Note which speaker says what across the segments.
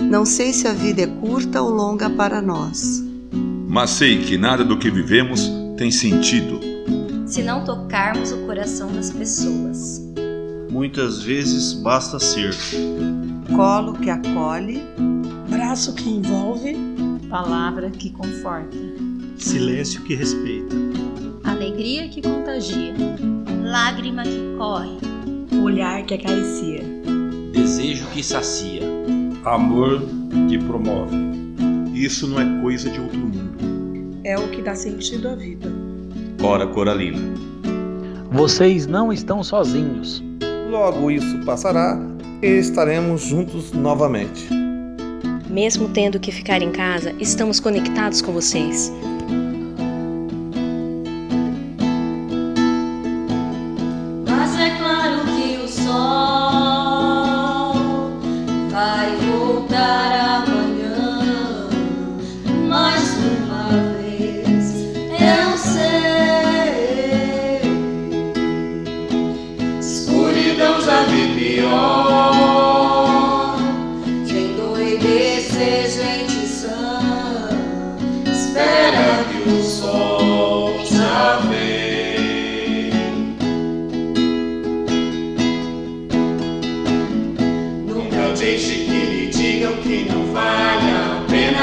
Speaker 1: Não sei se a vida é curta ou longa para nós.
Speaker 2: Mas sei que nada do que vivemos tem sentido.
Speaker 3: Se não tocarmos o coração das pessoas.
Speaker 4: Muitas vezes basta ser
Speaker 1: Colo que acolhe,
Speaker 5: braço que envolve,
Speaker 6: palavra que conforta,
Speaker 4: silêncio que respeita,
Speaker 3: alegria que contagia, lágrima que corre,
Speaker 6: olhar que acaricia,
Speaker 7: desejo que sacia,
Speaker 8: amor que promove.
Speaker 2: Isso não é coisa de outro mundo.
Speaker 5: É o que dá sentido à vida.
Speaker 7: Cora Coralina.
Speaker 9: Vocês não estão sozinhos.
Speaker 8: Logo isso passará e estaremos juntos novamente.
Speaker 10: Mesmo tendo que ficar em casa, estamos conectados com vocês.
Speaker 11: Mas é claro que o sol vai voltar amanhã. Mais uma vez, eu sei. Escuridão já vi pior.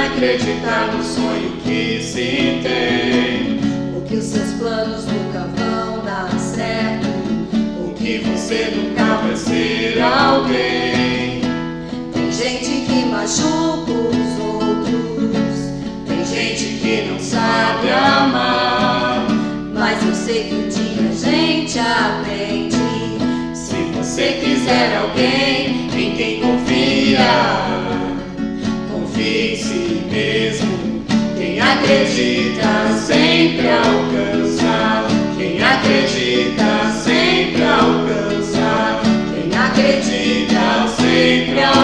Speaker 11: acreditar no sonho que se tem. O que os seus planos nunca vão dar certo. O que você nunca vai ser alguém. Tem gente que machuca os outros. Tem gente que não sabe amar. Mas eu sei que um dia a gente aprende. Se você quiser alguém em quem confia confie em si mesmo. Quem acredita sempre alcança. Quem acredita sempre alcança. Quem acredita sempre alcança.